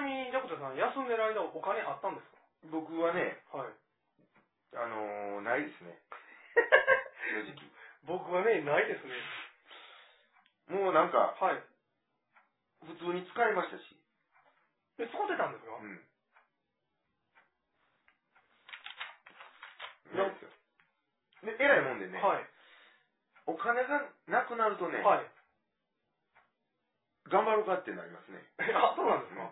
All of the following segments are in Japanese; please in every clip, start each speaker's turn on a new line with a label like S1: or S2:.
S1: な休んでる間お金あったんです
S2: 僕はね、
S1: かはい。
S2: あのー、ないですね。正直。
S1: 僕はね、ないですね。
S2: もうなんか、
S1: はい。
S2: 普通に使いましたし。
S1: え、使ってたんですか
S2: うん。
S1: いや
S2: ない ですよ。で、えらいもんでね、
S1: はい。
S2: お金がなくなるとね、
S1: はい。
S2: 頑張ろうかってなりますね。
S1: えあ、そうなんですか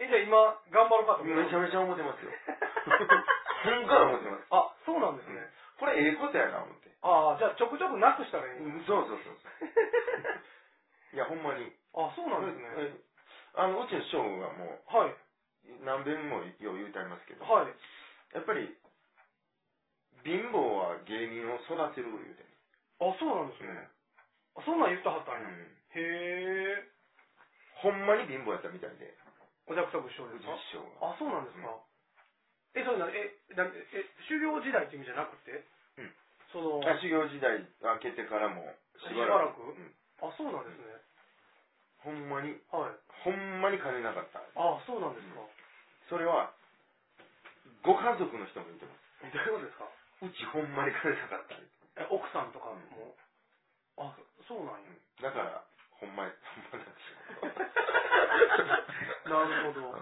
S1: え、じゃあ今、頑張ろうかと
S2: め
S1: 思
S2: ちゃ
S1: ゃ。
S2: めちゃ思って ますよ。ほんから思ってます。
S1: あ、そうなんですね。
S2: これええことやな、思って。
S1: ああ、じゃあちょくちょくなくしたらいい。
S2: うん、そうそうそうそう。いや、ほんまに。
S1: あ、そうなんですね。
S2: うんあの、うちの師匠がも
S1: はい。
S2: う、何遍もよう言うてありますけど、
S1: はい。
S2: やっぱり、貧乏は芸人を育てる言うて
S1: あ、そうなんです
S2: ね。
S1: ね。あそんなん言ってはったん
S2: う
S1: や。へ
S2: ん
S1: え。
S2: ほんまに貧乏やったみたいで、
S1: おじゃくさぶ師匠
S2: う
S1: で
S2: ち
S1: す
S2: の
S1: か
S2: 師匠が。
S1: あ、そうなんですか。え、そうな、え、なえ、修行時代って意味じゃなくて
S2: うん。
S1: その、
S2: あ修行時代明けてからもしばらく
S1: しばらく
S2: うん
S1: あ、そうなんですね。
S2: ほんまに
S1: はい。
S2: ほんまに金なかった
S1: あ、そうなんですか。
S2: それはご家族の人も言ってま
S1: どういうことですか
S2: すうちほんまに金なかった
S1: え、奥さんとかも。あ、そうなん や。
S2: だからほんまにほんまなんです よ
S1: なるほど
S2: うん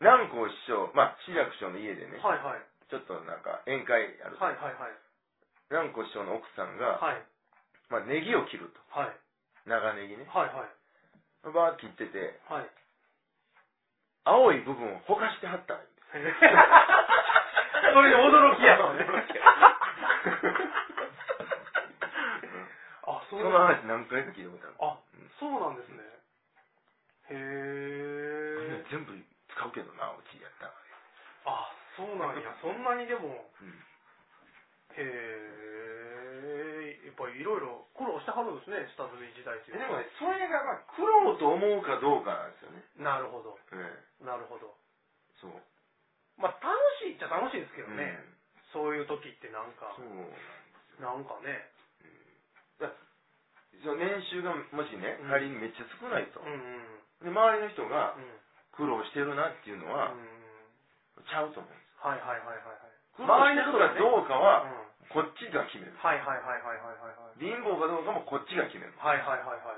S2: 南光師匠まあ志らく師匠の家でね、
S1: はいはい。
S2: ちょっとなんか宴会ある、
S1: はいはいはい。
S2: 南光師匠の奥さんが、
S1: はい。
S2: まあ、ネギを切ると
S1: はい。
S2: 長ネギね
S1: はいはい。
S2: バーッ切ってて
S1: はい。
S2: 青い部分をほかしてはった んよ
S1: それ で驚きやろ、ね。あ、
S2: そ
S1: そう
S2: の
S1: なん
S2: 話何回か聞いたこと
S1: あ、そうなんですね。
S2: あ
S1: へ
S2: る、
S1: え。
S2: 全部使うけどなうちやったら、
S1: あ、そうなん や。そんなにでも。
S2: うん
S1: へえ。やっぱりいろいろ苦労してはるんですね、下積み時代っていう
S2: で
S1: の
S2: も
S1: は
S2: ねそれがまあ苦労と思うかどうかなんですよね、
S1: なるほど。
S2: ええ、
S1: なるほど。
S2: そう
S1: まあ、楽しいっちゃ楽しいですけどね。
S2: うん
S1: そういう時ってなんか、
S2: そうなんです
S1: なんかね。
S2: その年収がもしね
S1: うん
S2: 仮にめっちゃ少ないと、
S1: うんうん。
S2: で周りの人が
S1: うん。
S2: 苦労してるなっていうの
S1: う
S2: は、
S1: ん。
S2: ちゃうと思うんです
S1: はいはいはいはい
S2: 苦
S1: は
S2: 労し
S1: い。
S2: てるかどうか
S1: は、
S2: は
S1: うん、
S2: こっちが決める
S1: はいはいはいはいはいはいはい。
S2: 貧乏かどうかもこっちが決める
S1: はいはいはいは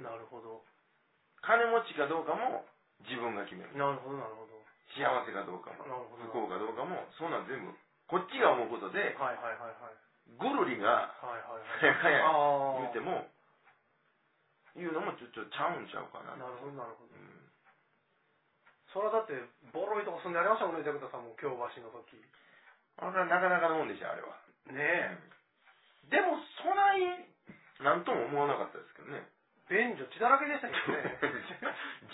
S1: い。なるほど。
S2: 金持ちかどうかも自分が決める
S1: なるほどなるほど。
S2: 幸せかどうかも
S1: なるほど。
S2: 不幸かどうかもそんなん全部こっちが思うことで
S1: はいはいはいはい。
S2: ぐるりが
S1: はいはいはい。
S2: 早かや
S1: ああ。
S2: 言うても言うのもちょっとちゃうんちゃうかな
S1: なるほどなるほど。
S2: うん
S1: それはだって、ボロいとこ住んでありましたもんね、ジャクタさんも、京橋の時。
S2: あれはなかなかのもんでしたあれは
S1: ねえ。
S2: でもそないなんとも思わなかったですけどね
S1: 便所血だらけでしたけど ね。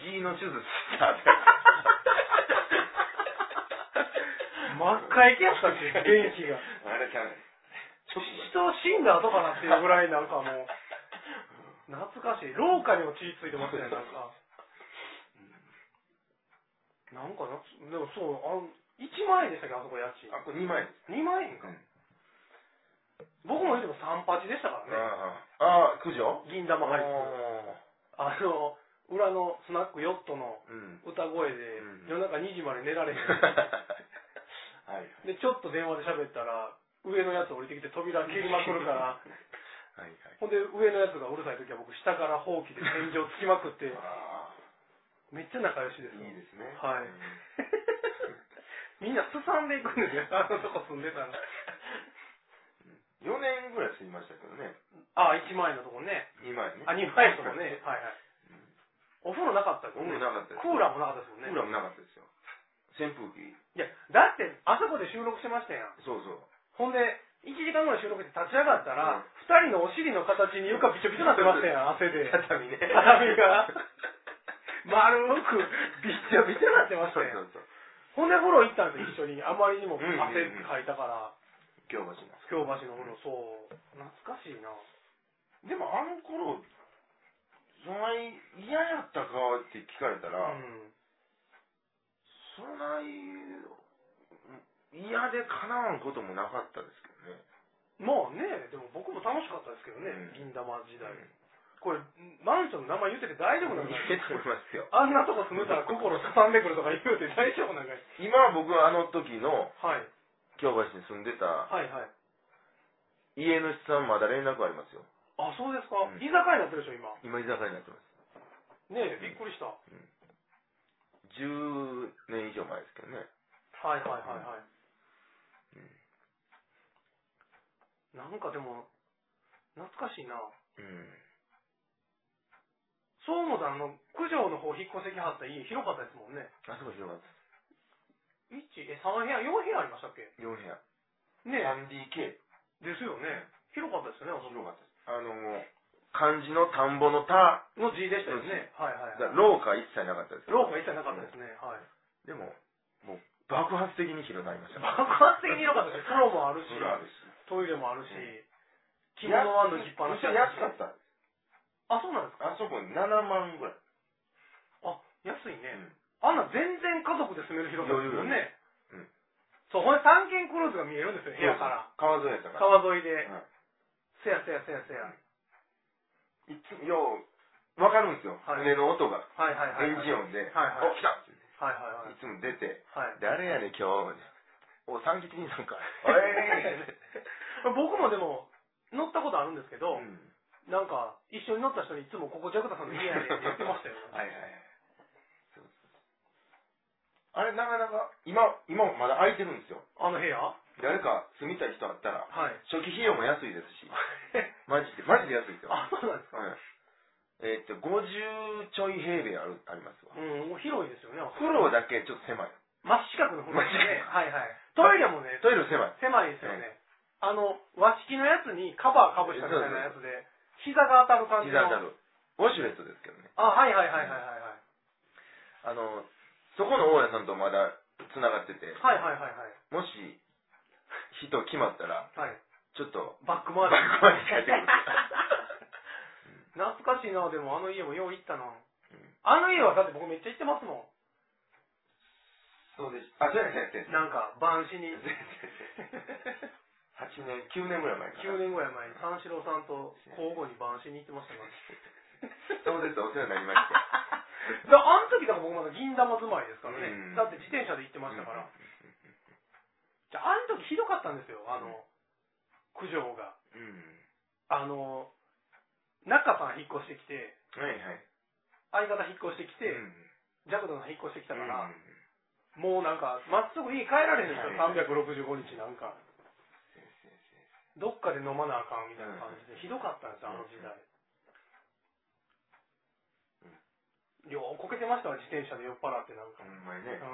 S2: G の手術 したって
S1: 真っ赤いけやったっけ、便器が。
S2: あれちゃうね
S1: 人死んだ後かなっていうぐらいなんかもう、懐かしい。廊下にも血ついてますね、なんか。なんかな、でもそう、あの、1万円でしたっけ、あそこ家賃。
S2: あこれ2枚です
S1: 2万円か。僕も言うても3八でしたからね。
S2: ああああ九条
S1: 銀玉入って。
S2: あ
S1: あの、裏のスナックヨットの
S2: ーうん
S1: 歌声で
S2: うん、
S1: 夜中2時まで寝られへん。
S2: はい
S1: で、ちょっと電話で喋ったら、上のやつ降りてきて扉蹴りまくるから、
S2: はいはい
S1: ほんで上のやつがうるさい時は僕下からほうきで天井つきまくって
S2: あ
S1: めっちゃ仲良し
S2: ー
S1: ですよ
S2: いいですね
S1: はい
S2: うん
S1: みんなすさんでいくんですよ あのとこ住んでた ら
S2: 4年ぐらい住みましたけどね
S1: あ1万円のとこね
S2: 2枚ね
S1: あ2万円のとこねはいはいお風呂なかったです
S2: 僕も
S1: ね
S2: なかったです
S1: クーラーもなかったです
S2: ク
S1: もん
S2: ー
S1: ね
S2: ラーもなかったですよ扇風機
S1: いやだってあそこで収録してましたやん
S2: そうそう
S1: ほんで1時間ぐらい収録して立ち上がった
S2: うん
S1: ら、二2人のお尻の形に床びちょびちょなってましたやん汗で
S2: 畳ね
S1: 畳が 丸くびっちょびちょなってました
S2: そう
S1: やん
S2: そうそう
S1: ほんで風呂行ったんですよ、一緒に。あまりにも
S2: うん
S1: 汗
S2: うんうん
S1: かいたから、
S2: 京橋の
S1: 京橋の風呂、そう。懐かしいな。
S2: でもあの頃そない嫌やったかって聞かれたら、
S1: うん。
S2: そない嫌でかなわんこともなかったですけどね
S1: まあね、でも僕も楽しかったですけどね、
S2: うん
S1: 銀玉時代。
S2: うん
S1: これ、マンションの名前言ってて大丈夫なんかい
S2: 言ってと思いますよ。
S1: あんなとこ住めたら心すさんでくるとか言うて大丈夫なんかい
S2: 今は僕はあの時の
S1: はい。
S2: 京橋に住んでた
S1: はいはい。
S2: 家主さんまだ連絡ありますよ。
S1: あ、そうですか。
S2: うん
S1: 居酒屋になってるでしょ、今。
S2: 今居酒屋になってます。
S1: ねえ、びっくりした。
S2: 10年以上前ですけどね。
S1: はいはいはいはい。なんかでも、懐かしいな。
S2: うん。
S1: そう思うとあの、九条の方引っ越してきはった家広かったですもんね。
S2: あそこ広がった。
S1: 1、え、3部屋、4部屋ありましたっけ
S2: 4部屋。
S1: ねえ。
S2: 3DK。
S1: ですよね。広かったですよね、あそこ
S2: 広かったです。あの、漢字の田んぼの田。
S1: の字でしたよね。はいはい
S2: だ
S1: はい。
S2: 廊下一切なかったです。
S1: ローが一切なかったですね。はい。
S2: でも、もう爆発的に広がりました。
S1: 爆発的に広かったですね。風呂もあるし、
S2: 風呂あるし。
S1: トイレもあるし
S2: う、
S1: 着物は脱ぎっぱなし。
S2: めっちゃ安かった。
S1: あ、そうなんですか
S2: あそこ7万ぐらい。
S1: あ、安いね。あんな全然家族で住める広さですよね。
S2: 余裕うん
S1: そう、ほんで三軒クローズが見えるんですよ、部屋から。。
S2: 川沿いやったから。
S1: 川沿いで。
S2: うん
S1: せやせやせやせや。
S2: いつもよう、わかるんですよ。
S1: はい
S2: 船の音が。
S1: はいはいはい。
S2: エンジン音で。
S1: はいはい
S2: お、来たって
S1: はいはいはい
S2: いつも出て。
S1: はい。
S2: 誰やねん今日。お、三吉兄さんか。
S1: おい
S2: え
S1: 僕もでも、乗ったことあるんですけ
S2: ー
S1: ど、なんか、一緒に乗った人にいつもここジャクタさんの家やねんって言ってましたよ。
S2: はいはいはい。そうそうあれ、なかなか、今、今もまだ空いてるんですよ。
S1: あの部屋は
S2: 誰か住みたい人あったら、
S1: い。
S2: 初期費用も安いですし、マジで、マジで安いですよ。
S1: あ、そうなんですか。
S2: うんえーっと、50ちょい平米あるありますわ。
S1: うん、もう広いですよね。
S2: 風呂だけちょっと狭い。
S1: 真四角の風呂ですね。
S2: 真
S1: はいはい。トイレもね、
S2: トイレ狭い。
S1: 狭いですよね。あの、和式のやつにカバーかぶしたみたいなやつで、膝が当たる感じ
S2: 膝
S1: の。
S2: 当たる。ウォシュレットですけどね。
S1: あ、はいはいはいはいはいはい。
S2: あの、そこの大家さんとまだ繋がってて、
S1: はいはいはいはい。
S2: もし、人決まったら、
S1: はい。
S2: ちょっと、
S1: バック回り。
S2: バック回り帰ってくる
S1: 懐かしいな、でもあの家もよう行ったな。あの家はだって僕めっちゃ行ってますも
S2: そうです。あ、そうやね、
S1: ん。なんか、晩子 に。
S2: 8年、9年ぐらい前かな。
S1: 9年ぐらい前に三四郎さんと交互に晩子に行ってましたから。
S2: そうです、お世話になりました。
S1: だからあの時だから僕まだ銀玉住まいですからね、
S2: うん
S1: だって自転車で行ってましたから、じゃああの時ひどかったんですよあの、九条が
S2: うん。
S1: あの中さん引っ越してきて
S2: はいはい。
S1: 相方引っ越してきて、
S2: うん、
S1: ジャクドさん引っ越してきたから、
S2: うん
S1: もうなんかまっすぐ家帰られへんから
S2: はい
S1: 365日なんかどっかで飲まなあかんみたいな感じで、ひどかったんですよあの時代、ようこけてましたわ自転車で酔っ払ってなんか、
S2: ほんまにね。
S1: うん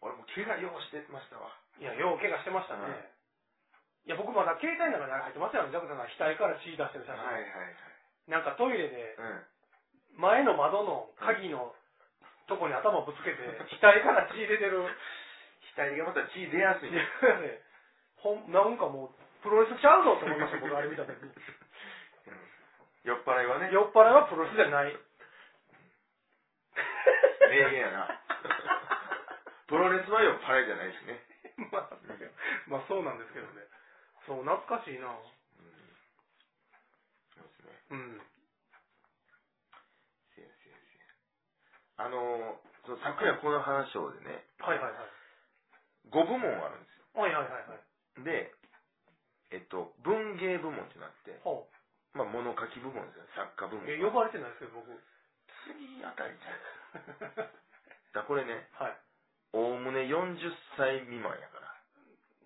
S2: 俺も怪我ようしてましたわ。
S1: いや、よう怪我してましたね。
S2: うん
S1: いや、僕まだ携帯の中に入ってますよね、ジャクさんが額から血出してる写
S2: はい
S1: 真。
S2: は
S1: なんかトイレで、
S2: いはい。うん。
S1: 前の窓の鍵のとこに頭ぶつけて、額から血出てる。
S2: 額がまた血出やすい。
S1: ほんなんかもう、プロレスちゃうぞって思いま した、僕あれ見た時に。
S2: 酔っ払いはね。
S1: 酔っ払いはプロレスじゃない。
S2: 名言やなプロレスは酔っ払いじゃないしね。
S1: まあ、まあそうなんですけどね。そう、懐かしいな。
S2: そうですね。
S1: うん。
S2: せやせやせや。あのー、その昨夜この話をでね、
S1: はいはいはい。
S2: 5部門あるんです
S1: はいはいはいはい。
S2: よ。で、えっと、文芸部門ってなって、
S1: ほう。
S2: まあ物書き部門ですよね、作家部門。
S1: え、呼ばれてないですけ ど、僕。
S2: 次あたりじゃないだからこれね、
S1: はい。
S2: おおむね40歳未満やから。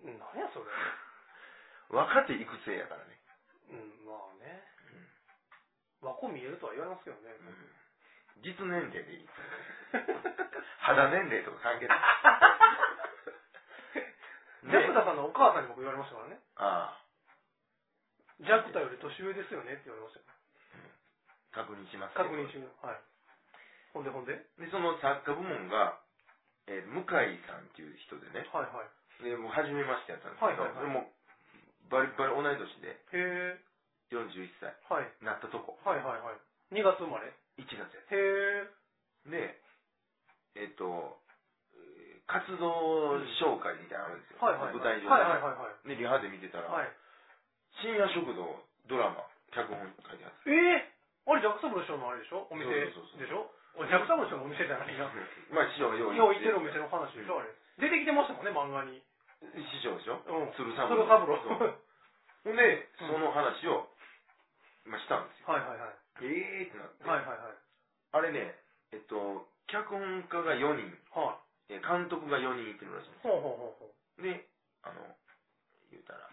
S1: 何やそれ。
S2: 若手育成やからね。
S1: うん、まあね。和光見えるとは言われますけどね。
S2: 実年齢でいい。肌年齢とか関係ない。
S1: ジャクタさんのお母さんに僕言われましたからね。
S2: ああ、
S1: ジャクタより年上ですよねって言われましたよ。
S2: 確認しますけど
S1: 確認しよう。はい。ほんでほんで。はい
S2: で、その作家部門が、えー向井さんっていう人でね、
S1: はい。
S2: で、もう初めましてやったんですけど、
S1: はいはいはい
S2: でも、バリバリ同い年で、
S1: へえ。
S2: 41歳、
S1: はい。
S2: なったとこ、
S1: はいはいはい。2月生まれ。へ
S2: 1月やっ
S1: え。
S2: た。で、えっ、と、えー活動紹介みたいなのあるんですよ。
S1: はいはいはい。
S2: 舞台上で、
S1: はいはいはいは
S2: で、リハで見てたら、
S1: い。はい。
S2: 深夜食堂、ドラマ、脚本書いてあっ
S1: ええあれ、ジャクソンの師匠のあれでしょお店でし
S2: そうそうそう
S1: ょ俺ジャクソンの師匠のお店じゃないな。
S2: まあ、師匠が用
S1: 今
S2: 意
S1: 行ってるお店の話でしょあれ。出てきてましたもんね、漫画に。
S2: 師匠でしょ
S1: うん。
S2: 鶴
S1: サ
S2: 三
S1: ブ
S2: 郎
S1: ロ。サブロ。
S2: そうほんで、その話を、まあ、したんですよ。
S1: はいはいはい。
S2: えーってなって、
S1: はいはいはい。
S2: あれね、えっと、脚本家が4人、
S1: はい。
S2: え監督が4人いてるらしいんで
S1: ほうほうほうほう。
S2: すで、あの、言うたら、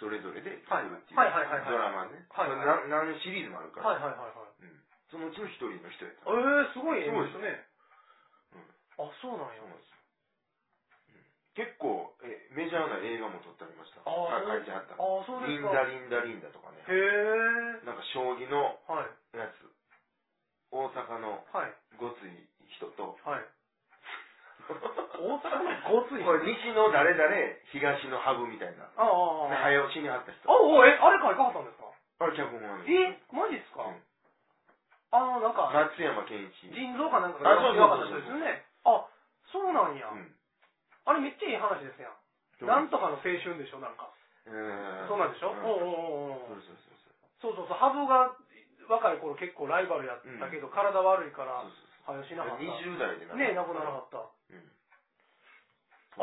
S2: それぞれで
S1: はい
S2: 作るっていう、
S1: はいはいはいはい
S2: ドラマね、
S1: はいはい
S2: まあな何シリーズもあるから、
S1: はいはいはいは
S2: う
S1: い。
S2: んそのうちの一人の人やった。
S1: ええすごい映
S2: そうで
S1: 画ですすね。あ、そうなんや
S2: そう。なんですよ、うん結構え、メジャーな映画も撮ってありました。
S1: あー
S2: 書いてあった。
S1: あ、そうで
S2: リ
S1: す
S2: ン
S1: か。
S2: ダ
S1: へ
S2: リンダリンダとかね、
S1: え。
S2: なんか将棋の
S1: はい。
S2: やつ、大阪の
S1: はい。
S2: ごつい人と、
S1: はい。
S2: 大
S1: 大阪のごつい
S2: これ西の誰々、東の羽生みたいな。
S1: ああ、ああ、ああ。
S2: 早押しにあった人。
S1: おえ、あれからいかはったんですか
S2: あれ脚本なんです
S1: え、マジっすか
S2: うん
S1: ああ、なんか、
S2: 松山健一。
S1: 腎臓かなんかが弱かった人ですよね。あ、そうなんや
S2: う。ん。
S1: あれめっちゃいい話ですやん。なんとかの青春でしょ、なんか。
S2: うーん。
S1: そうなんでしょ
S2: う
S1: おうおうおう
S2: そ
S1: お
S2: う
S1: う
S2: そうそうそう。
S1: そうそうそう、ハブが若い頃結構ライバルやったけど、体悪いか
S2: そう
S1: ら、
S2: そうそう
S1: はよしなかった。ね
S2: 20代でな。
S1: え、亡くならはった。
S2: うん。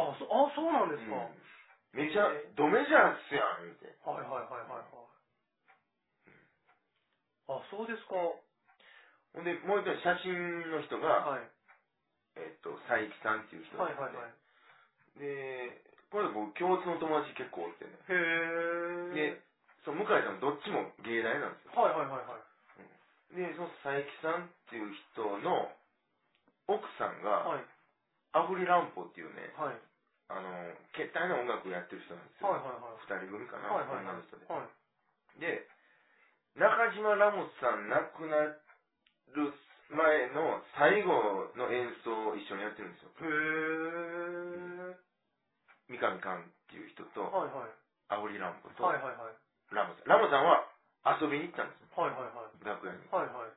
S1: あ、そあそうなんですか。
S2: うんめちゃ、ドメジャーっすやん、言うて。
S1: はいはいはいはいはい。あ、そうですか。
S2: ほんで、もう一人写真の人が、
S1: はい。
S2: えっと、佐伯さんっていう人
S1: はいはい
S2: なん
S1: は
S2: で
S1: い。
S2: すね。で、これ僕、共通の友達結構おってね。
S1: へー。
S2: で、その向井さんどっちも芸大なんですよ。
S1: はいはいはいはい。
S2: で、その佐伯さんっていう人の奥さんが、
S1: はい
S2: アフリランポっていうね、
S1: はい。
S2: あの、携帯の音楽をやってる人なんです
S1: はい
S2: よ。
S1: はいはい。
S2: 二人組かな、
S1: はいはいはい
S2: 女の人で。
S1: はい。
S2: で、中島ラモスさん亡くなる前の最後の演奏を一緒にやってるんですよ。
S1: へー。
S2: 三上寛っていう人と、
S1: はいはい。
S2: アフリランポと、
S1: はいはいはい。
S2: ラモスさん。ラモスさんは遊びに行ったんですよ、
S1: はいはいはい。
S2: 楽屋に。
S1: はいはい。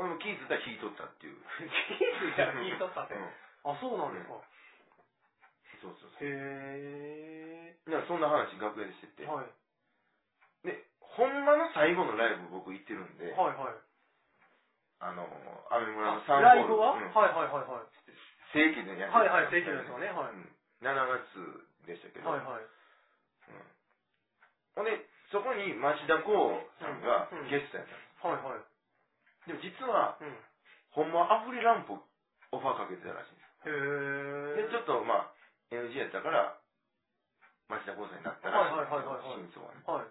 S2: 俺も気づいたら弾いとったって いう。
S1: チーズじゃ聞いとったって。
S2: うん
S1: あ、そうなんですか。
S2: そうそうそう。
S1: へ
S2: だからそんな話楽屋でしてて
S1: ー。。はい。
S2: で、ほんまの最後のライブ僕行ってるんで、
S1: はいはい。
S2: あの、アメ村の
S1: あ
S2: サン
S1: ライブは
S2: ホー
S1: はい
S2: ルうん
S1: はいはいはい。
S2: 正規でやって
S1: はいはい、正規ですよね。はい。
S2: うん7月でしたけど、
S1: はいはい。
S2: うんほんで、そこに町田剛さんが
S1: うん
S2: ゲストやったん
S1: はいはい。
S2: です。でも実は、
S1: うん。
S2: ほんまはアフリランプオファーかけてたらしいんで
S1: へ
S2: す。で、
S1: ー。
S2: ちょっとまあ、NG やったから、町田剛さんになったら
S1: はいはいはいはいはい
S2: 真相はね。
S1: はい。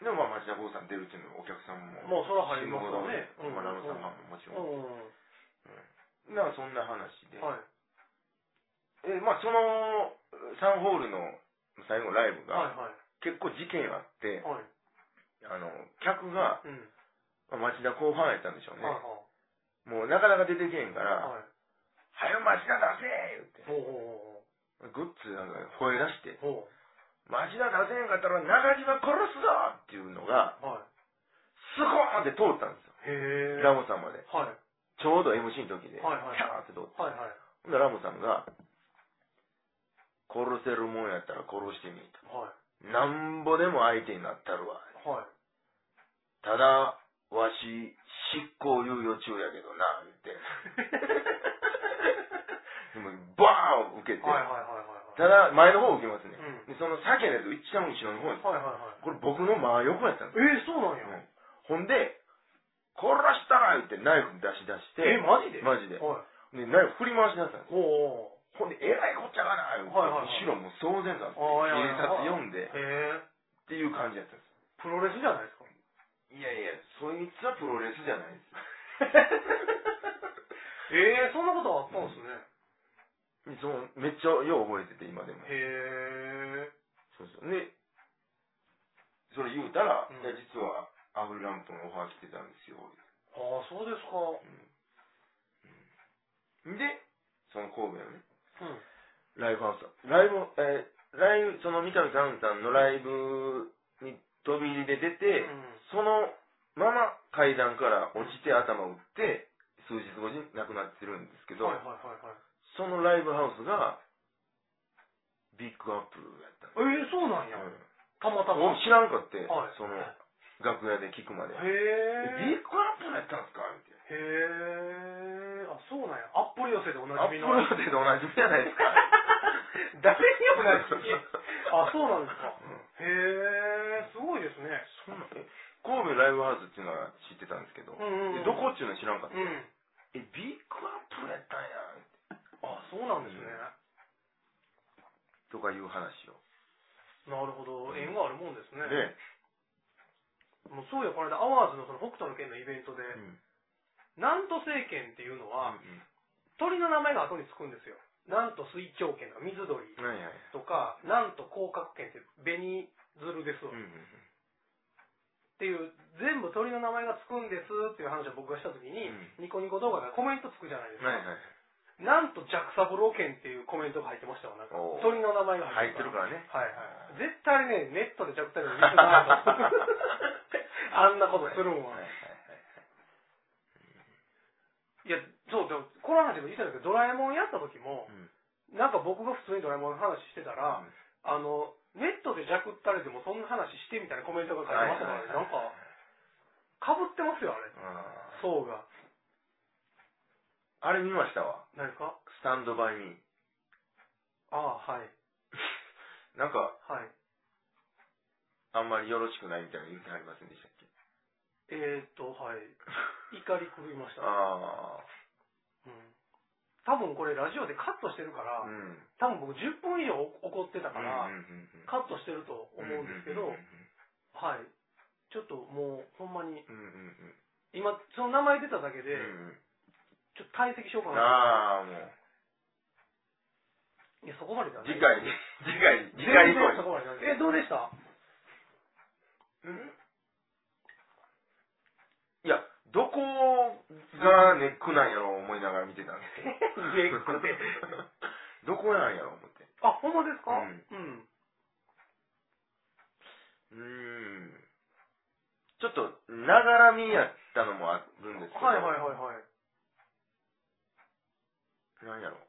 S2: でもまあ、町田剛さん出るっていうのはお客さんも、
S1: まあ、そら入りますわね。
S2: 新聞のまあラムさんファンももちろん。
S1: うん。
S2: なんかそんな話で、
S1: はい。
S2: えまあ、そのサンホールの最後のライブ
S1: はい
S2: が、
S1: はい。
S2: 結構事件あって、
S1: はい。
S2: あの客が、
S1: うん。
S2: まあ、町田後半やったんでしょうね、
S1: はいはい。
S2: もうなかなか出てけへんから、
S1: はい。
S2: はよ町田出せ
S1: ほ
S2: 言って、
S1: う
S2: グッズなんか吠え出して、
S1: ほうほうほう。ほ
S2: 町田出せへんかったら中島殺すぞっていうのが、
S1: う。は
S2: スコーンって通ったんですよ、
S1: い。へー。
S2: ラモさんまで。
S1: はい。
S2: ちょうど MC の時で、
S1: はいはい
S2: キャーって通って。
S1: はいはい。
S2: ほんならラモさんが、殺せるもんやったら殺してみと。
S1: はい。
S2: なんぼでも相手になったるわ。
S1: はい。
S2: ただ、わし、執行猶予中やけどな、言って。 でも、バーン受けて、
S1: はいはいはい
S2: ただ、前の方受けますね。
S1: う
S2: で、
S1: ん
S2: その先のやつ、一番後ろの方に。
S1: はい。はいはい
S2: これ僕の真
S1: はい。
S2: 横やったんですよ。
S1: えー、そうなんや。
S2: うんほんで、殺したら言ってナイフ出し出して、
S1: え、マジで
S2: マジで。
S1: は
S2: で、ナイフ振り回し出したんです
S1: い。おう
S2: ほんで、えらいこっちゃがな、言って
S1: はいはいはい
S2: 後ろもう騒然だって、
S1: おう。あーいやい
S2: 警察
S1: や
S2: 呼ん
S1: へ
S2: で、
S1: え。
S2: っていう感じやったんです。
S1: プロレスじゃな いですか。
S2: いやいや、そいつはプロレスじゃないです。
S1: えー、そんなことあったんですね。
S2: そのめっちゃよう覚えてて、今でも。
S1: へえ。
S2: そうそう。で、それ言うたら、
S1: うん
S2: いや、実は、アフリランプのオファー来てたんですよ。
S1: ああ、そうですか。
S2: で、その神戸のね、
S1: うん。
S2: ライブハウス、ライブ、えーライブ、その三上寛さんのライブに飛び入りで出て、
S1: うん
S2: そのまま階段から落ちて頭打って、数日後に亡くなってるんですけど、
S1: はいはいはいはい。
S2: そのライブハウスが、ビッグアップルやったんです
S1: えー、そうなんや。
S2: うん
S1: たまたま。
S2: 俺知らんかって、
S1: はい
S2: その、楽屋で聞くまで。え、ビ
S1: へえ
S2: ッグアップのやったんすかみたいな。
S1: へえあそうなんやあっぽり寄せでおな
S2: アッ
S1: じ
S2: プ
S1: み
S2: ロ
S1: の
S2: ードでおなじみじゃないですか。
S1: 誰にもなじみ あそうなんですかへえすごいですね
S2: そんなえ神戸ライブハウスっていうのは知ってたんですけど、
S1: うんうんうん
S2: えどこっちゅうの知らんかった、
S1: うん
S2: え、ビッグアップのやったんや
S1: あそうなんですね、
S2: とかいう話を。
S1: なるほど縁があるもんですね
S2: ね、
S1: もうそうやこの間アワーズのその北斗の拳のイベントで、
S2: うん
S1: なんと政権っていうのは、
S2: う
S1: 鳥の名前が後につくんですよなんと水鳥犬とか水鳥
S2: んはいはいはい。
S1: とか、なんと甲殻犬って紅鶴ですわ、
S2: うん
S1: っ
S2: うん
S1: ていう全部鳥の名前がつくんですっていう話を僕がした時に、
S2: う
S1: ニコニコ動画がコメントつくじゃないです
S2: は
S1: か、
S2: いはい。
S1: なんとジャクサブロー犬っていうコメントが入ってましたわなんか
S2: おー
S1: 鳥の名前が
S2: 入って
S1: 入っ
S2: る
S1: てる
S2: からね。
S1: はいはい。絶対ね、ネットでジャクタイム見てたなと。 あんなことするも
S2: は
S1: ん。
S2: いはいはい。
S1: いや、そう、でもこの話も言ってたんですけど、ドラえもんやった時も
S2: う、ん
S1: なんか僕が普通にドラえもんの話してたら、あの、ネットでジャクったれでもそんな話してみたいなコメントが書いてましたからね、なんか、かぶってますよ、あれ。
S2: あ
S1: そうが。
S2: ーあれ見ましたわ。
S1: 何ですか
S2: スタンドバイミー。
S1: ああ、はい。
S2: なんか、
S1: はい。
S2: あんまりよろしくないみたいな言ってはりませんでしたっ け
S1: えーっと、はい。怒り狂いました。
S2: あ
S1: うん。多分これラジオでカットしてるか
S2: あ。
S1: ら
S2: う、ん。
S1: 多分僕10分以上怒ってたから
S2: うん、うんうん
S1: カットしてると思うんですけど、
S2: うんうん
S1: はい。ちょっともう、ほんまに、
S2: うんうんうん
S1: 今、その名前出ただけで、
S2: うんうん
S1: ちょっと退席しようかな。
S2: ああ、もう。
S1: いや、そこまでだね。
S2: 次回 に、次回に、次
S1: 全
S2: 回以
S1: 然
S2: 降
S1: そ
S2: に。
S1: こまでだねえ、どうでした
S2: うんいや、どこがネックなんやろう思いながら見てたんですけど。
S1: ネックで。
S2: どこなんやろう思って。
S1: あ、ほんまですか
S2: う
S1: うんん。
S2: うーんちょっと、ながら見やったのもあるんですけど、
S1: はいはいはいはい。
S2: なんやろ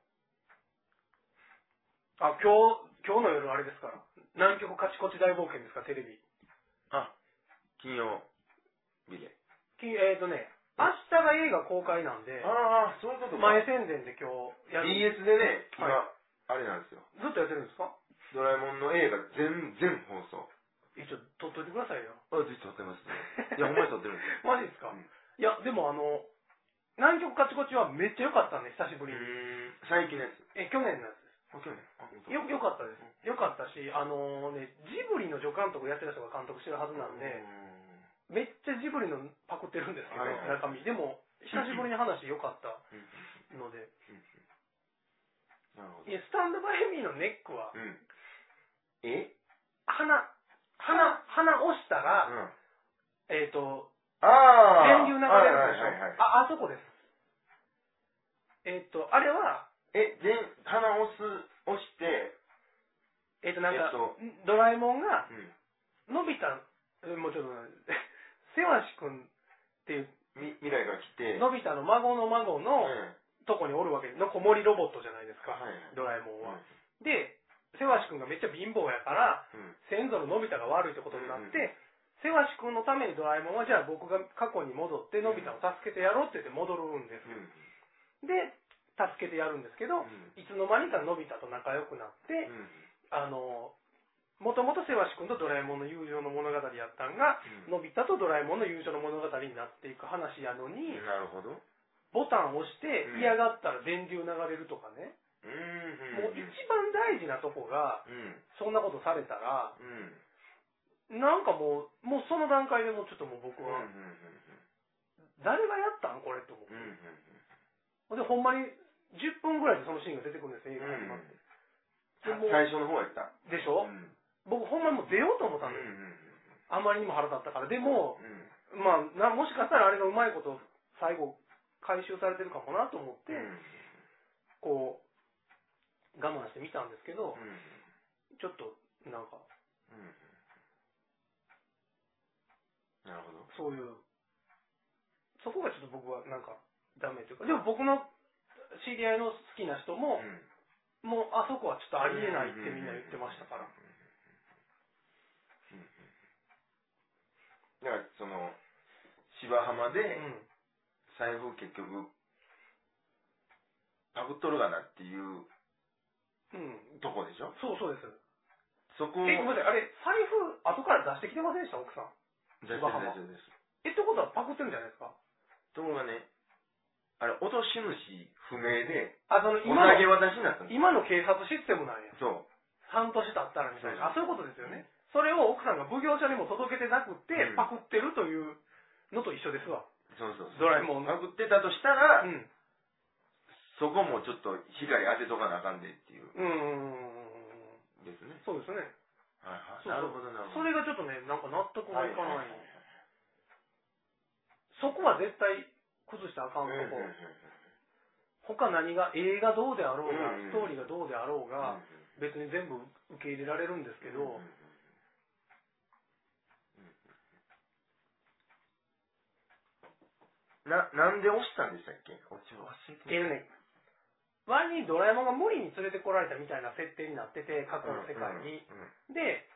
S1: あ、今日、今日の夜あれですから。南極カチコチ大冒険ですか、テレビ。
S2: あ、金曜日で。
S1: きえっ、ー、とね、明日が映画公開なんで、
S2: ああ、そういうこと
S1: 前宣伝で今日やる。
S2: BS でね、今、
S1: は
S2: あれなんですよ。
S1: ずっとやってるんですか
S2: ドラえもんの映画全、全放送。
S1: 一応、撮っといてくださいよ。
S2: あ、実は撮ってますね。いや、お前撮ってるんですよ。
S1: マジですか、
S2: うん
S1: いや、でもあの、南極カチコチはめっちゃ良かったんで、久しぶ
S2: う
S1: りに。
S2: ーん、最近のやつ。
S1: え、去年のやつで
S2: あ、去年。あ、本
S1: す。よ、良かったです。良かったし、あのね、ジブリの助監督やってた人が監督してるはずなんで、めっちゃジブリのパクってるんですけど、
S2: はいはい
S1: 中身。でも、久しぶりに話良かった
S2: うん
S1: ので。
S2: なるほど
S1: い。や、スタンドバイミーのネックは、
S2: うん。え
S1: 鼻、鼻、鼻押した
S2: う
S1: ら、
S2: ん。
S1: えっ、と、
S2: ああ
S1: 電流流れるでしょ、
S2: はいはいはいはい。
S1: あ、あそこです。えっ、と、あれは、
S2: え、で、鼻押す、押して、
S1: えっ、と、なんか、
S2: えっと
S1: ドラえもんが、
S2: うん。
S1: のび太、えもうちょっと待って、 せわしくんっていう、
S2: み、未来が来て、
S1: のび太の孫の孫
S2: うん、
S1: のとこにおるわけ、のこもりロボットじゃないですか、
S2: はい
S1: ドラえもん
S2: はい
S1: は。で、せわしくんがめっちゃ貧乏やから、
S2: うん。
S1: 先祖ののび太が悪いってことになっ
S2: うんう
S1: て、せわしくんのためにドラえもんは、じゃあ僕が過去に戻って、のび太を助けてやろうって言って戻るんですよ。で、助けてやるんですけ
S2: うん。
S1: ど、いつの間にかのび太と仲良くなって、あの、もともとせわしくんとドラえもんの友情の物語やったんが、のび太とドラえもんの友情の物語になっていく話やのに、
S2: なるほど。
S1: ボタンを押して
S2: うん
S1: 嫌がったら電流流れるとかね、
S2: うん。
S1: もう一番大事なとこが、
S2: うん。
S1: そんなことされたら、
S2: うん。
S1: なんかもう、もうその段階でもうちょっともう僕
S2: うん。うん。
S1: は、誰がやったんこれって思
S2: うん。うん。
S1: う。で、ほんまに10分ぐらいでそのシーンが出てくるんですよ、映画始まって。
S2: 最初の方やった。
S1: でしょ、
S2: ん。
S1: 僕ほんまにもう出ようと思った
S2: うん
S1: ですよ。
S2: ん。
S1: あまりにも腹立ったから。でも、
S2: うん。
S1: まあ、なもしかしたらあれがうまいこと、最後、回収されてるかもなと思って、こう、我慢してみたんですけど、
S2: うん。
S1: ちょっと、なんか、
S2: うん。なるほど。
S1: そういう、そこがちょっと僕はなんか、ダメというか、でも僕の知り合いの好きな人も、もうあそこはちょっとありえないってみんな言ってましたから。
S2: うんだから、その、芝浜
S1: う
S2: で、
S1: ん。
S2: 財布結局、かぶっとるがなっていう
S1: うん。
S2: とこでしょ
S1: そうそうです。
S2: そこを、
S1: え、ごめんなさい。あれ、財布、後から出してきてませんでした、奥さん。
S2: 出してる大丈夫です。
S1: え、ってことはパクってるんじゃないですか
S2: ところがね、あれ、落とし主不明で、
S1: あ、そ
S2: お
S1: の、今
S2: 投げ
S1: の、
S2: 渡しになったんです
S1: 今の警察システムなんや。
S2: そう。
S1: 半年経ったらみたいな。あ、
S2: そ
S1: そうういうことですよね。それを奥さんが奉行所にも届けてなくって、
S2: うん
S1: パクってるというのと一緒ですわ。
S2: そうそうそう。
S1: ドラえもんの。
S2: かぶってたとしたら、
S1: うん。
S2: そこもちょっと光当てとかなあかんでっていう、
S1: うんうんうんうん。
S2: ですね。
S1: そうですね。
S2: はいは
S1: そうそう
S2: なるほど、なる
S1: そ
S2: ほど。
S1: れがちょっとね、なんか納得がいかない。
S2: はいはいはい
S1: そこは絶対崩したらあかんと
S2: うんうん
S1: こ
S2: うん。
S1: 他何が、映画どうであろうが
S2: うんうん、
S1: ストーリーがどうであろう
S2: う
S1: が
S2: ん、
S1: 別に全部受け入れられるんですけ
S2: うんうん
S1: ど
S2: うん、な、なんで押したんでしたっけ落ち忘れて
S1: えのね、割にドラえもんが無理に連れてこられたみたいな設定になってて、過去の世界に。
S2: うんうん
S1: で、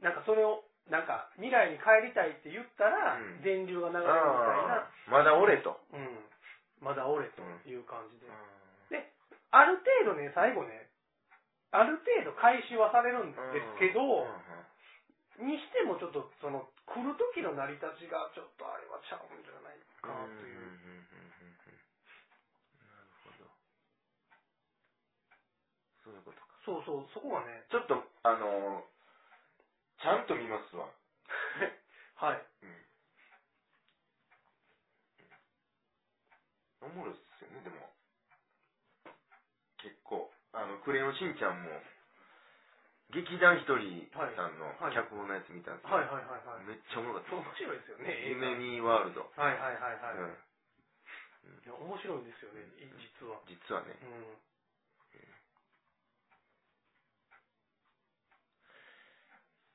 S1: なんかそれを、なんか未来に帰りたいって言ったら
S2: うん、
S1: 電流が流れるみ
S2: あーまだ俺と。
S1: たいな、うん、まだ俺という感じ
S2: う。
S1: で
S2: ん
S1: ある程度ね、最後ね、ある程度回収はされるんですけ
S2: うんう
S1: ど
S2: ん、
S1: にしてもちょっと、その、来る時の成り立ちが、ちょっとあれはちゃうんじゃないか
S2: うん
S1: という。
S2: んんんうんなるほど。そういうことか。
S1: そうそう、そこがね、
S2: ちょっと、あのーちゃんと見ますわ。
S1: はい。
S2: おもろいっすよね、でも。結構。あの、クレヨンしんちゃんも、劇団ひとりさんの
S1: はいはい
S2: 脚本のやつ見たんですけど、
S1: はいはいはいはい。
S2: めっちゃおもろかった。
S1: 面白いですよね、映
S2: 夢見ワールド。
S1: 画。はいはいはいはい。
S2: うん
S1: いや、面白いんですよね、い実は。
S2: 実はね。
S1: うん。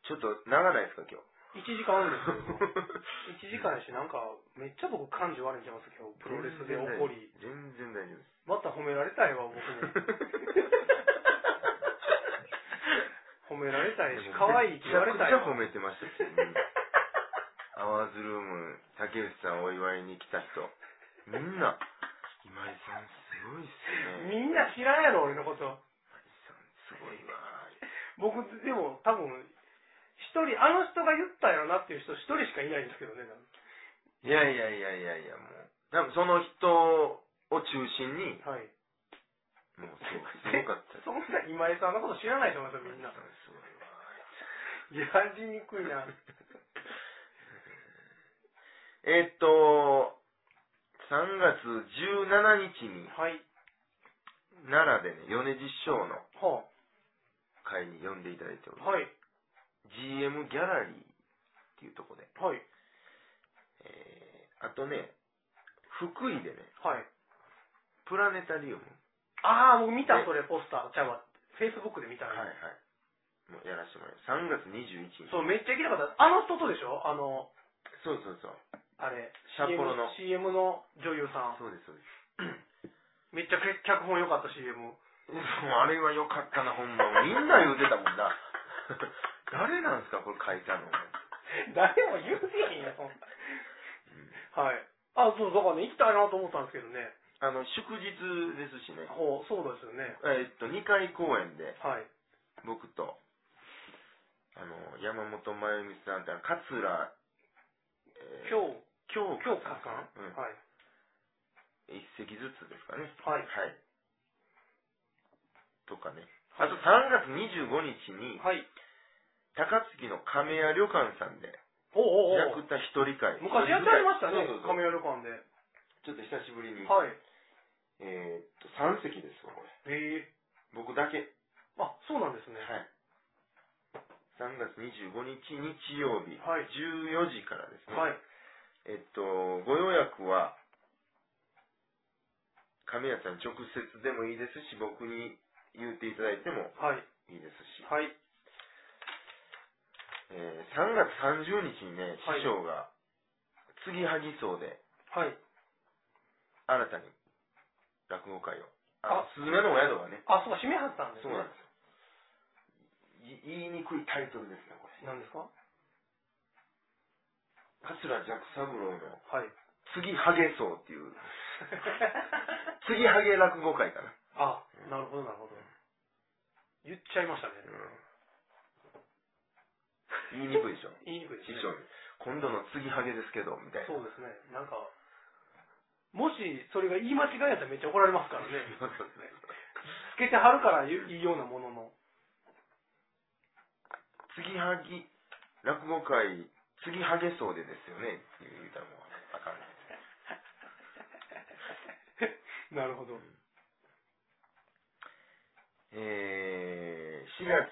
S2: ちょっと長ないですか、今日。
S1: 1時間あるんですよ。1時間やし、なんか、めっちゃ僕感情悪いんちゃいます、今日。プロレ スで怒り。
S2: 全然大丈夫です。
S1: また褒められたいわ、僕 も。褒められたいし、可愛いって言われた
S2: め
S1: い
S2: ちゃくちゃ褒
S1: わ。
S2: めてましたし、みんなアワーズルーム、竹内さんお祝いに来た人。みんな、今井さんすごいっすね。今井
S1: みんな知らんやろ、俺のこと。
S2: さんすごいわ。
S1: 僕、でも、多分、一人、あの人が言ったんやろなっていう人、一人しかいないんですけどね。
S2: いやいやいやいやいや、もう。多分その人を中心に、
S1: はい。
S2: もうすごいすごか ったです。
S1: そんな今井さんのこと知らないと思いますよ、みん
S2: 今
S1: な
S2: 井。さんすごいわ。
S1: やりにくいな。
S2: えっと、3月17日に、
S1: はい。
S2: 奈良でね、米実証の
S1: は
S2: 会に呼んでいただいており
S1: あ、
S2: ます。
S1: はい。
S2: GM ギャラリーっていうとこで、
S1: はい。
S2: えー、あとね、福井でね、
S1: はい。
S2: プラネタリウム、
S1: ああ、僕見
S2: え
S1: た、それ、ポスター。ちゃうわ。Facebook で見た、
S2: はいはい、もうやらせてもらいます。3月21日。
S1: そう、めっちゃ行きたかった。あの人とでしょあの、
S2: そうそうそう。
S1: あれ、
S2: 札幌の
S1: CM の女優さん。
S2: そうです、そうです。
S1: めっちゃけ脚本良かった CM。
S2: もうあれは良かったな、ほんま。みんな言うてたもんな。 誰なんすか、これ書いたの。
S1: 誰も言うてへんや、そんな。 はい。あ、そう、だからね、行きたいなと思ったんですけどね。
S2: あの、祝日ですしね。
S1: ほう、そうですよね。
S2: えっと、2回公演で、
S1: はい。
S2: 僕と、あの、山本真由美さんって、桂、えー
S1: 今日、
S2: 京
S1: 今日かかん、
S2: うん
S1: はい。
S2: 一席ずつですかね。
S1: は。
S2: はいい。とかね。あと3月25日に、
S1: はい。
S2: 高槻の亀屋旅館さんで、
S1: ほうほうほ
S2: 役
S1: う。
S2: った一人会。
S1: 昔やってありましたね
S2: そうそう、そう
S1: 亀屋旅館で。
S2: ちょっと久しぶりに。
S1: はい。
S2: えーっと、3席ですわ、これ。
S1: ええ
S2: 僕だけ。
S1: あ、そうなんですね。
S2: はい。3月25日日曜日、
S1: はい
S2: 14時からですね。
S1: はい。
S2: えっと、ご予約は、亀屋さん直接でもいいですし、僕に言っていただいても
S1: はい。
S2: いいですし、
S1: はい。
S2: えー3月30日にね、
S1: はい
S2: 師匠が、継ぎはぎ荘で
S1: はい。
S2: 新たに落語会を、あ
S1: あ
S2: すずめのお宿がね、
S1: あ、そうか、締めはったんです
S2: そう
S1: ね。
S2: なんですよ。い言いにくいタイトルですね、これ。
S1: なんですか
S2: 桂寂三郎の
S1: はい。
S2: 「次ハゲそう」って いう「次ハゲ落語会」かな、
S1: あ、なるほど、なるほど。言っちゃいましたね。
S2: うん、言いにくいでしょ
S1: 言いにくいです
S2: 師
S1: ね。
S2: 匠に「今度の次ハゲですけど」みたいな
S1: そうですね。なんか、もしそれが言い間違いやったらめっちゃ怒られますからね。 つけてはるからいいようなものの。
S2: 次はぎ落語会次ハゲそうでですよねって言うたらもうあかんね
S1: なるほど。
S2: えー、4月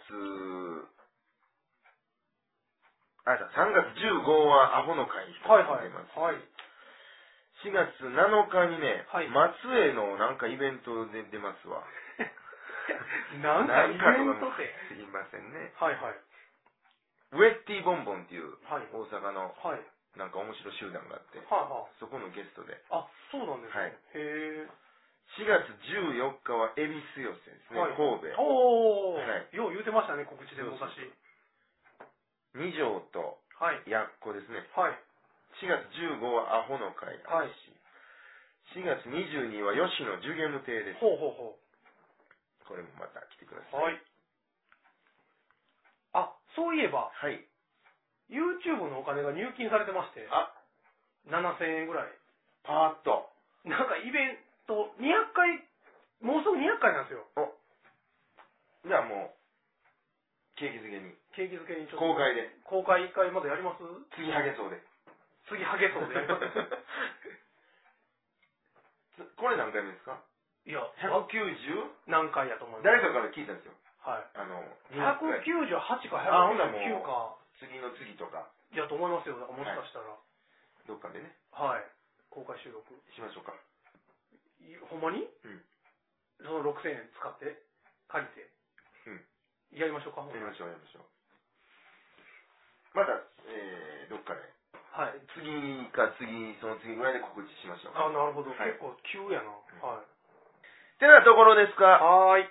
S2: あじゃあ3月15はアホの会
S1: はいはい。
S2: 出ます
S1: はい。
S2: 4月7日にね、
S1: はい
S2: 松江のなんかイベントで出ますわ。
S1: なんかイベントって。
S2: すいませんね。
S1: はいはい。
S2: ウェッティボンボンっていう
S1: はい。
S2: 大阪の
S1: はい。はい
S2: なんか面白い集団があって、
S1: は
S2: そこのゲストで。
S1: い。あ、そうなんですね。
S2: はい
S1: へえ。
S2: 4月14日は恵比寿寄せですね、
S1: はい
S2: 神戸。
S1: おお、
S2: は
S1: よう言うてましたね、告知
S2: そ
S1: で
S2: うそう
S1: 昔。
S2: 二条と
S1: はい。
S2: やっこですね。
S1: はい。
S2: 4月15はアホの会
S1: はい
S2: 4月22は吉野寿ゲム亭です。
S1: ほうほうほ
S2: これもまた来てくだ
S1: う。
S2: さい。
S1: はい。あ、そういえば、
S2: はい。
S1: YouTube のお金が入金されてまして、
S2: あ、
S1: 7000円ぐらい。
S2: パーッと。
S1: なんかイベント、200回、もうすぐ200回なんですよ。
S2: じゃあもう、景気づけに。
S1: 景気づけにちょっと。
S2: 公開で。
S1: 公開1回までやります
S2: 次ハゲそうで。
S1: 次ハゲそうで。
S2: つ これ何回目ですか
S1: いや、
S2: 190?
S1: 何回やと思います。
S2: 誰かから聞いたんですよ。
S1: はい。
S2: あの、200回
S1: 198か
S2: あほんならもう
S1: 199か、
S2: 次の次とか、
S1: やと思いますよ。だからもしかしたら。
S2: どっかでね、
S1: はい。公開収録。
S2: しましょうか。
S1: いほんまに
S2: ん
S1: その6000円使って、借りて。やりましょうか、ほん
S2: やり
S1: なら
S2: ましょう、やりましょう。また、えー、どっかで。
S1: はい。
S2: 次か次、その次ぐらいで告知しましょう
S1: あ、
S2: か。
S1: なるほど。
S2: はい
S1: 結構急やな。はい。
S2: てなところですか
S1: はーい。